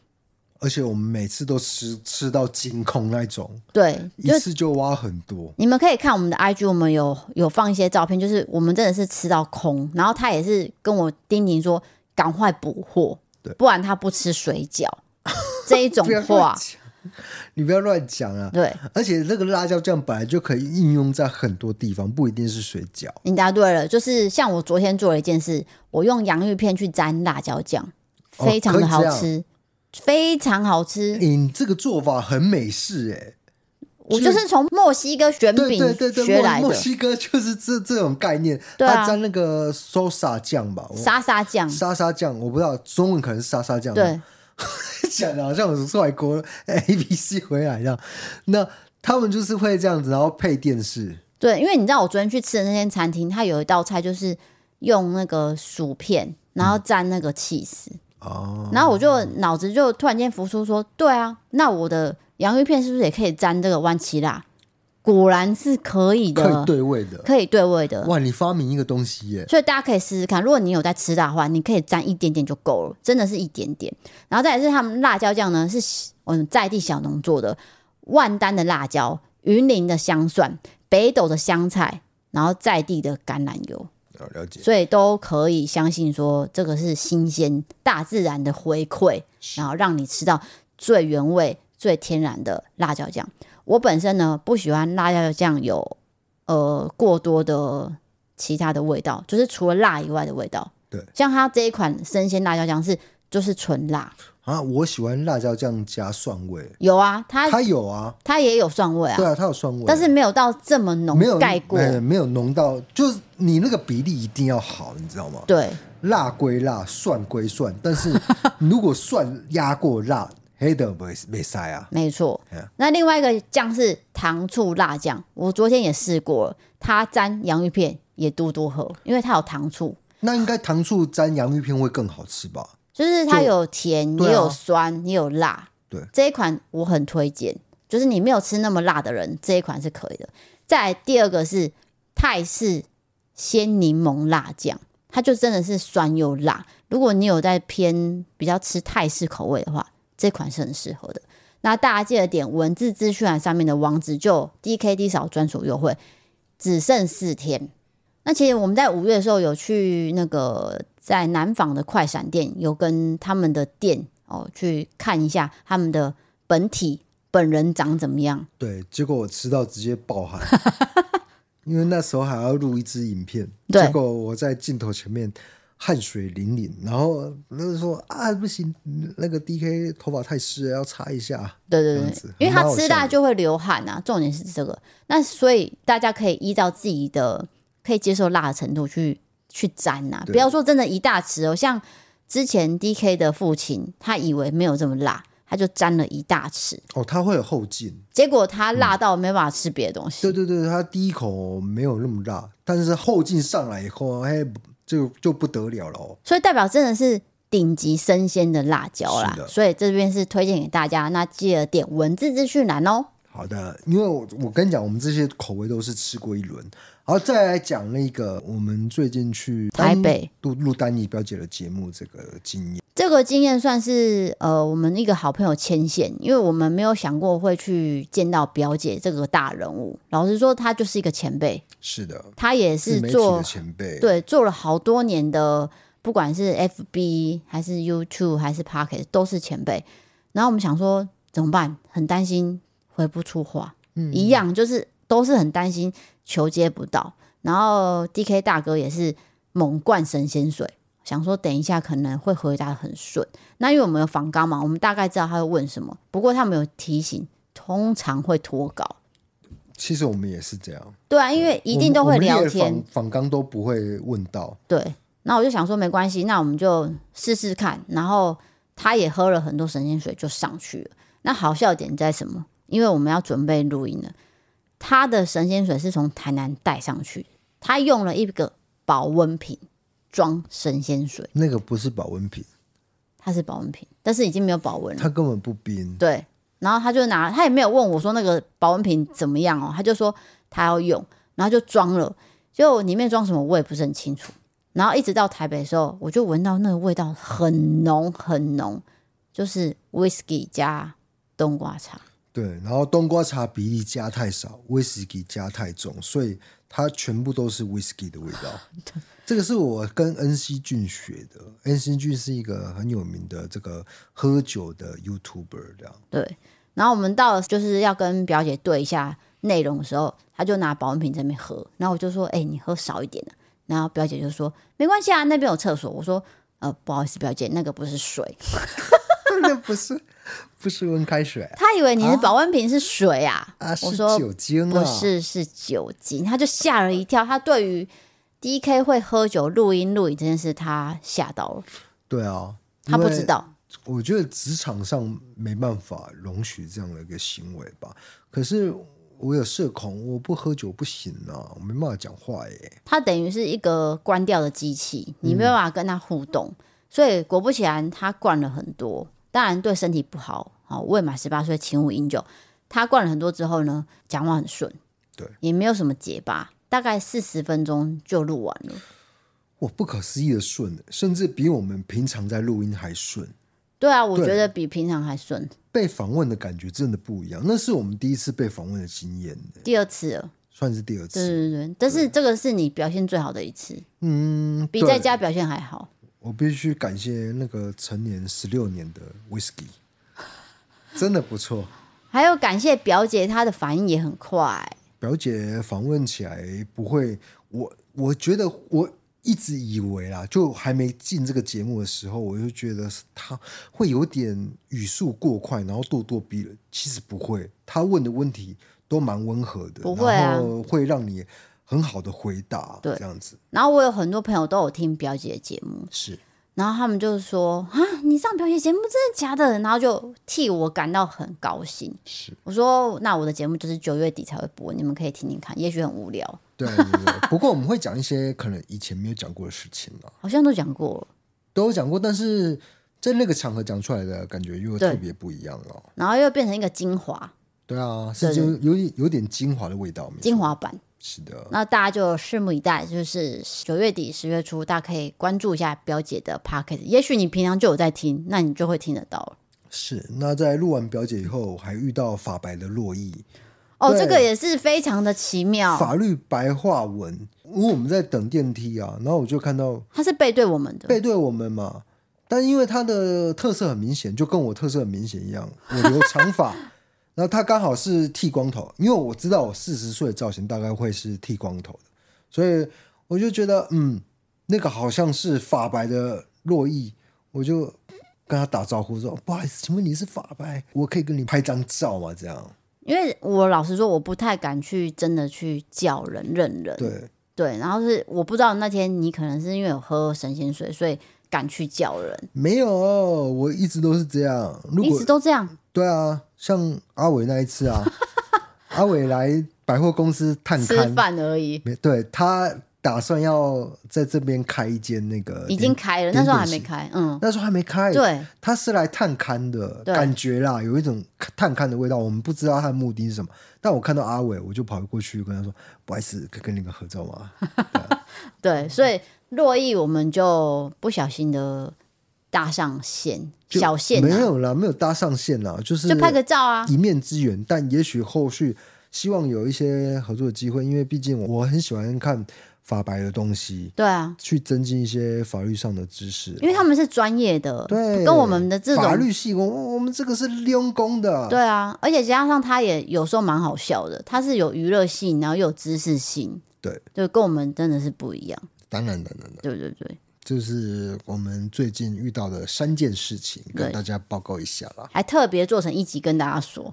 [SPEAKER 2] 而且我们每次都吃吃到精空那种，
[SPEAKER 1] 对，
[SPEAKER 2] 一
[SPEAKER 1] 就
[SPEAKER 2] 次就挖很多，
[SPEAKER 1] 你们可以看我们的 IG，我们有有放一些照片，就是我们真的是吃到空，然后他也是跟我叮咛说赶快补货
[SPEAKER 2] 对，
[SPEAKER 1] 不然他不吃水饺这一种
[SPEAKER 2] 不要乱
[SPEAKER 1] 话。
[SPEAKER 2] 讲，你不要乱讲啊，
[SPEAKER 1] 对，
[SPEAKER 2] 而且这个辣椒酱本来就可以应用在很多地方，不一定是水饺。
[SPEAKER 1] 你答对了，就是像我昨天做了一件事，我用洋芋片去沾辣椒酱，
[SPEAKER 2] 哦
[SPEAKER 1] 非常的好
[SPEAKER 2] 可以这
[SPEAKER 1] 吃，非常好
[SPEAKER 2] 哎、
[SPEAKER 1] 吃。
[SPEAKER 2] 你这个做法很美式哎、
[SPEAKER 1] 我就是从墨西哥卷
[SPEAKER 2] 对
[SPEAKER 1] 饼
[SPEAKER 2] 对对对，
[SPEAKER 1] 学来
[SPEAKER 2] 墨
[SPEAKER 1] 的
[SPEAKER 2] 墨西哥就是这这种概念，
[SPEAKER 1] 对啊
[SPEAKER 2] 它沾那个 salsa 酱吧，我
[SPEAKER 1] 沙沙酱，
[SPEAKER 2] 沙沙酱，我不知道中文可能是沙沙酱，啊
[SPEAKER 1] 对，
[SPEAKER 2] 讲的好像我是外国 A B C 回来一样。那他们就是会这样子，然后配电视，
[SPEAKER 1] 对，因为你知道我昨天去吃的那间餐厅，它有一道菜就是用那个薯片，然后蘸那个 cheese，、
[SPEAKER 2] 嗯哦，
[SPEAKER 1] 然后我就脑子就突然间浮出说，对啊，那我的洋芋片是不是也可以沾这个湾奇辣？果然是可以
[SPEAKER 2] 可以
[SPEAKER 1] 的，
[SPEAKER 2] 对味的。
[SPEAKER 1] 可以对味的。
[SPEAKER 2] 哇，你发明一个东西耶！
[SPEAKER 1] 所以大家可以试试看，如果你有在吃辣的话，你可以沾一点点就够了，真的是一点点。然后再来是他们辣椒酱呢，是嗯在地小农做的，万丹的辣椒、云林的香蒜、北斗的香菜，然后在地的橄榄油，
[SPEAKER 2] 哦了解，
[SPEAKER 1] 所以都可以相信说这个是新鲜大自然的回馈，然后让你吃到最原味、最天然的辣椒酱。我本身呢不喜欢辣椒酱有呃过多的其他的味道，就是除了辣以外的味道。
[SPEAKER 2] 对，
[SPEAKER 1] 像它这一款生鲜辣椒酱是就是纯辣，
[SPEAKER 2] 啊，我喜欢辣椒酱加蒜味，
[SPEAKER 1] 有啊，它
[SPEAKER 2] 它有啊，
[SPEAKER 1] 它也有蒜味啊，
[SPEAKER 2] 对啊，它有酸味啊，
[SPEAKER 1] 但是没有到这么浓
[SPEAKER 2] 没有
[SPEAKER 1] 盖过。
[SPEAKER 2] 呃没有浓到，就是你那个比例一定要好，你知道吗？
[SPEAKER 1] 对，
[SPEAKER 2] 辣归辣，蒜归蒜，但是如果蒜压过辣，黑的没没塞啊。
[SPEAKER 1] 没错
[SPEAKER 2] 哎呀。
[SPEAKER 1] 那另外一个酱是糖醋辣酱，我昨天也试过了，它沾洋芋片也多多喝，因为它有糖醋，
[SPEAKER 2] 那应该糖醋沾洋芋片会更好吃吧？
[SPEAKER 1] 就是它有甜，
[SPEAKER 2] 对啊
[SPEAKER 1] 也有酸，也有辣。
[SPEAKER 2] 对
[SPEAKER 1] 这一款我很推荐，就是你没有吃那么辣的人，这一款是可以的。再来第二个是泰式鲜柠檬辣酱，它就真的是酸又辣。如果你有在偏比较吃泰式口味的话，这款是很适合的。那大家记得点文字资讯栏上面的网址，就有 DKD 少专属优惠，只剩四天。那其实我们在五月的时候有去那个在南纺的快闪店，有跟他们的店哦去看一下他们的本体本人长怎么样。
[SPEAKER 2] 对，结果我吃到直接 爆汗，因为那时候还要录一支影片，
[SPEAKER 1] 对
[SPEAKER 2] 结果我在镜头前面汗水淋淋，然后那个说啊不行，那个 DK 头发太湿了，要擦一下。
[SPEAKER 1] 对对
[SPEAKER 2] 这
[SPEAKER 1] 对
[SPEAKER 2] 样子，
[SPEAKER 1] 因为
[SPEAKER 2] 蛮
[SPEAKER 1] 他
[SPEAKER 2] 好
[SPEAKER 1] 吃
[SPEAKER 2] 笑
[SPEAKER 1] 辣
[SPEAKER 2] 的
[SPEAKER 1] 就会流汗啊，重点是这个。那所以大家可以依照自己的可以接受辣的程度去去沾呐、
[SPEAKER 2] 对
[SPEAKER 1] 不要说真的一大匙哦。像之前 D K 的父亲，他以为没有这么辣，他就沾了一大匙，
[SPEAKER 2] 哦，它会有后劲，
[SPEAKER 1] 结果他辣到没办法吃别的东西。
[SPEAKER 2] 对对对，它第一口没有那么辣，但是后劲上来以后，哎，就就不得了了哦。
[SPEAKER 1] 所以代表真的是顶级生鲜的辣椒啦
[SPEAKER 2] 是。的
[SPEAKER 1] 所以这边是推荐给大家，那记得点文字资讯栏哦。
[SPEAKER 2] 好的，因为我我跟你讲，我们这些口味都是吃过一轮，好，再来讲那个我们最近去
[SPEAKER 1] 台
[SPEAKER 2] 丹
[SPEAKER 1] 北
[SPEAKER 2] 录录丹尼表姐的节目这个经验，
[SPEAKER 1] 这个经验算是呃，我们一个好朋友牵线，因为我们没有想过会去见到表姐这个大人物。老实说，她就是一个前辈，
[SPEAKER 2] 是的，
[SPEAKER 1] 她也
[SPEAKER 2] 自
[SPEAKER 1] 是
[SPEAKER 2] 媒体的
[SPEAKER 1] 做
[SPEAKER 2] 前辈，，
[SPEAKER 1] 对做了好多年的，不管是 FB 还是 YouTube 还是 Pocket 都是前辈。然后我们想说怎么办，很担心回不出话，一样就是都是很担心球接不到。然后 DK 大哥也是猛灌神仙水，想说等一下可能会回答得很顺。那因为我们有访纲嘛，我们大概知道他会问什么。不过他们有提醒，通常会脱稿。
[SPEAKER 2] 其实我们也是这样，
[SPEAKER 1] 对啊，因为一定都
[SPEAKER 2] 我
[SPEAKER 1] 会
[SPEAKER 2] 们我们
[SPEAKER 1] 聊
[SPEAKER 2] 也
[SPEAKER 1] 天，
[SPEAKER 2] 访访刚都不会问到，
[SPEAKER 1] 对，那我就想说没关系，那我们就试试看。然后他也喝了很多神仙水，就上去了。那好笑的点在什么？因为我们要准备录音了，他的神仙水是从台南带上去的，他用了一个保温瓶装神仙水，
[SPEAKER 2] 那个不是保温瓶，
[SPEAKER 1] 它是保温瓶，但是已经没有保温了
[SPEAKER 2] 它。根本不冰，
[SPEAKER 1] 对，然后他就拿，他也没有问我说那个保温瓶怎么样哦，他就说他要用，然后就装了，就里面装什么我也不是很清楚。然后一直到台北的时候，我就闻到那个味道很浓很浓，就是 whisky 加冬瓜茶。
[SPEAKER 2] 对，然后冬瓜茶比例加太少，威士忌加太重，所以它全部都是威士忌的味 道。这个是我跟恩熙俊学的，恩熙俊是一个很有名的这个喝酒的 YouTuber，这样
[SPEAKER 1] 对，然后我们到了就是要跟表姐对一下内容的时候，她就拿保温瓶在那边喝，然后我就说：“哎、你喝少一点、啊、然后表姐就说：“没关系啊，那边有厕所。”我说：“呃，不好意思，表姐，那个不是水。”
[SPEAKER 2] 那不是不是温开水啊，
[SPEAKER 1] 他以为你是保温瓶是水啊，
[SPEAKER 2] 啊
[SPEAKER 1] 我
[SPEAKER 2] 是
[SPEAKER 1] 说
[SPEAKER 2] 酒精啊，
[SPEAKER 1] 不是是酒精，他就吓了一跳。他对于 D K 会喝酒录音录影这件事，他吓到了，
[SPEAKER 2] 对啊，
[SPEAKER 1] 他不知。道。
[SPEAKER 2] 我觉得职场上没办法容许这样的一个行为吧。可是我有社恐，我不喝酒不行啊，我没办法讲话耶、
[SPEAKER 1] 它等于是一个关掉的机器，
[SPEAKER 2] 嗯
[SPEAKER 1] 你没有办法跟它互动。所以果不其然，他灌了很多，当然对身体不好。好、未满十八岁，请勿饮酒。他灌了很多之后呢，讲话很顺，
[SPEAKER 2] 对，
[SPEAKER 1] 也没有什么结巴，大概四十分钟就录完了。
[SPEAKER 2] 哇，不可思议的顺，欸甚至比我们平常在录音还顺。
[SPEAKER 1] 对啊，我
[SPEAKER 2] 对
[SPEAKER 1] 觉得比平常还顺。
[SPEAKER 2] 被访问的感觉真的不一样，那是我们第一次被访问的经验，欸
[SPEAKER 1] 第二次了，
[SPEAKER 2] 算是第二
[SPEAKER 1] 对
[SPEAKER 2] 次。
[SPEAKER 1] 对对，但是这个是你表现最好的一次，
[SPEAKER 2] 嗯，
[SPEAKER 1] 比
[SPEAKER 2] 对
[SPEAKER 1] 在家表现还好。
[SPEAKER 2] 我必须感谢那个成年十六年的 Whisky，真的不错。
[SPEAKER 1] 还有感谢表姐，她的反应也很快。
[SPEAKER 2] 表姐访问起来不会，我我觉得我一直以为啦，就还没进这个节目的时候，我就觉得她会有点语速过快，然后咄咄逼人。其实不会，她问的问题都蛮温和的，
[SPEAKER 1] 不会啊
[SPEAKER 2] 然后会让你很好的回答，
[SPEAKER 1] 对
[SPEAKER 2] 这样子
[SPEAKER 1] 然后我有很多朋友都有听表姐的节目，
[SPEAKER 2] 是
[SPEAKER 1] 然后他们就说：“啊，你上表姐节目真的假的？”然后就替我感到很高兴。
[SPEAKER 2] 是，
[SPEAKER 1] 我说：“那我的节目就是九月底才会播，你们可以听听看，也许很无聊，
[SPEAKER 2] 对对对。 不过我们会讲一些可能以前没有讲过的事情啊，
[SPEAKER 1] 好像都讲过了。
[SPEAKER 2] 都有讲过，但是在那个场合讲出来的感觉又
[SPEAKER 1] 对
[SPEAKER 2] 特别不一样哦。”
[SPEAKER 1] 然后又变成一个精华
[SPEAKER 2] 对啊，是
[SPEAKER 1] 对
[SPEAKER 2] 就有点有点精华的味道，没错
[SPEAKER 1] 精华版。
[SPEAKER 2] 是的，
[SPEAKER 1] 那大家就拭目以待，就是九月底、十月初，大家可以关注一下表姐的 p o c k e t 也许你平常就有在听，那你就会听得到了。
[SPEAKER 2] 是，那在录完表姐以后，我还遇到法白的洛伊，
[SPEAKER 1] 哦，
[SPEAKER 2] 对
[SPEAKER 1] 这个也是非常的奇妙，
[SPEAKER 2] 法律白话文，因为我们在等电梯啊，然后我就看到
[SPEAKER 1] 他是背对我们的，
[SPEAKER 2] 背对我们嘛，但因为他的特色很明显，就跟我特色很明显一样，我留长发，然后他刚好是剃光头，因为我知道我四十岁的造型大概会是剃光头的，所以我就觉得嗯，那个好像是法白的洛伊，我就跟他打招呼说不好意思，请问你是法白，我可以跟你拍张照吗？这样
[SPEAKER 1] 因为我老实说，我不太敢去真的去叫人认人，
[SPEAKER 2] 对。
[SPEAKER 1] 对然后是我不知道那天你可能是因为有喝神仙水，所以敢去叫人，
[SPEAKER 2] 没有，我一直都是这样。如
[SPEAKER 1] 一
[SPEAKER 2] 果
[SPEAKER 1] 直都这样，
[SPEAKER 2] 对啊，像阿伟那一次啊，阿伟来百货公司探
[SPEAKER 1] 吃
[SPEAKER 2] 勘，
[SPEAKER 1] 饭而已，
[SPEAKER 2] 没对他打算要在这边开一间那个
[SPEAKER 1] 已经
[SPEAKER 2] 点
[SPEAKER 1] 开了，那时候还没
[SPEAKER 2] 点
[SPEAKER 1] 开，嗯，
[SPEAKER 2] 那时候还没开，，
[SPEAKER 1] 对，
[SPEAKER 2] 他是来探勘的
[SPEAKER 1] 对
[SPEAKER 2] 感觉啦，有一种探勘的味道，我们不知道他的目的是什么。但我看到阿伟，我就跑过去跟他说：“不好意思，可以跟你个合照吗嗯
[SPEAKER 1] 对，所以洛邑我们就不小心的搭上线，？”
[SPEAKER 2] 就
[SPEAKER 1] 小线、
[SPEAKER 2] 没
[SPEAKER 1] 啊、
[SPEAKER 2] 有啦，没有搭上线啦，就是
[SPEAKER 1] 就拍个照啊，
[SPEAKER 2] 一面之缘，但也许后续希望有一些合作的机会，因为毕竟我很喜欢看法白的东西，
[SPEAKER 1] 对啊，
[SPEAKER 2] 去增进一些法律上的知识。
[SPEAKER 1] 因为他们是专业的，
[SPEAKER 2] 对，
[SPEAKER 1] 跟我们的这
[SPEAKER 2] 法
[SPEAKER 1] 种。
[SPEAKER 2] 律系，我我们这个是利用工的，
[SPEAKER 1] 对啊，而且加上他也有时候蛮好笑的，他是有娱乐性，然后又有知识性，
[SPEAKER 2] 对，
[SPEAKER 1] 就跟我们真的是不一样。
[SPEAKER 2] 当然当然的，
[SPEAKER 1] 对对对，
[SPEAKER 2] 这是我们最近遇到的三件事情，
[SPEAKER 1] 对
[SPEAKER 2] 跟大家报告一下啦。
[SPEAKER 1] 还特别做成一集跟大家说。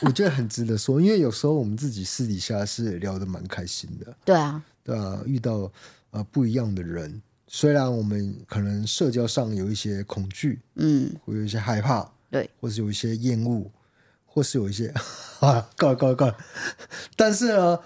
[SPEAKER 2] 我觉得很值得说，因为有时候我们自己私底下是聊得蛮开心的，
[SPEAKER 1] 对啊，
[SPEAKER 2] 对啊，遇到呃不一样的人，虽然我们可能社交上有一些恐惧，
[SPEAKER 1] 嗯，
[SPEAKER 2] 会有一些害怕，
[SPEAKER 1] 对，
[SPEAKER 2] 或是有一些厌恶，或是有一些啊，够了够了够了。但是呢，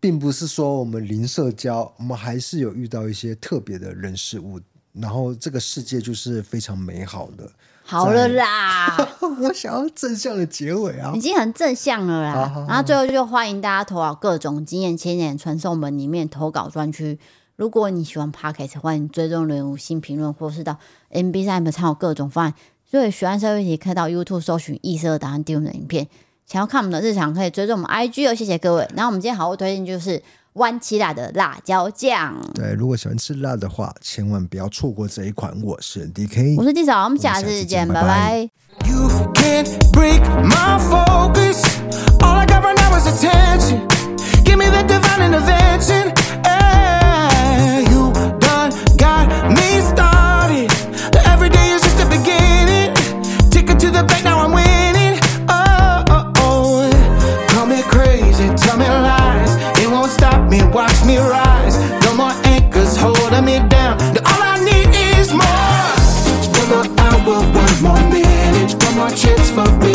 [SPEAKER 2] 并不是说我们零社交，我们还是有遇到一些特别的人事物，然后这个世界就是非常美好的。
[SPEAKER 1] 好了啦，
[SPEAKER 2] 我想要正向的结尾啊
[SPEAKER 1] 已！经很正向了
[SPEAKER 2] 好好
[SPEAKER 1] 啦。然后最后就欢迎大家投稿各种经验千年传送门里面投稿专区。如果你喜欢 Podcast，欢迎追踪留言、五星评论，或是到 MB 三 M 参考各种方案。所以喜欢社会题，可以到 YouTube 搜寻“异色答案”第我们的影片。想要看我们的日常，可以追踪我们 IG 哦，谢谢各位。然后我们今天好物推荐就是湾奇辣的辣椒酱。
[SPEAKER 2] 对，如果喜欢吃辣的话，千万不要错过这一款。我是 DK，
[SPEAKER 1] 我是地嫂，我们下
[SPEAKER 2] 我们下
[SPEAKER 1] 次
[SPEAKER 2] 次
[SPEAKER 1] 见，
[SPEAKER 2] 见
[SPEAKER 1] 拜
[SPEAKER 2] 拜
[SPEAKER 1] 拜。
[SPEAKER 3] You can't break my focus. All I got right now is attention. Give me that divine intervention. Hey, you done got me started. Every day is just the beginning. Ticket to the bank, now I'm winning. Oh, oh, oh. Call me crazy, tell me lies. It won't stop me, watch me rise. No more anchors holding me down. All I need is more. One more hour, one more minute, one more chance for me Oh, Ah, Oh, oh,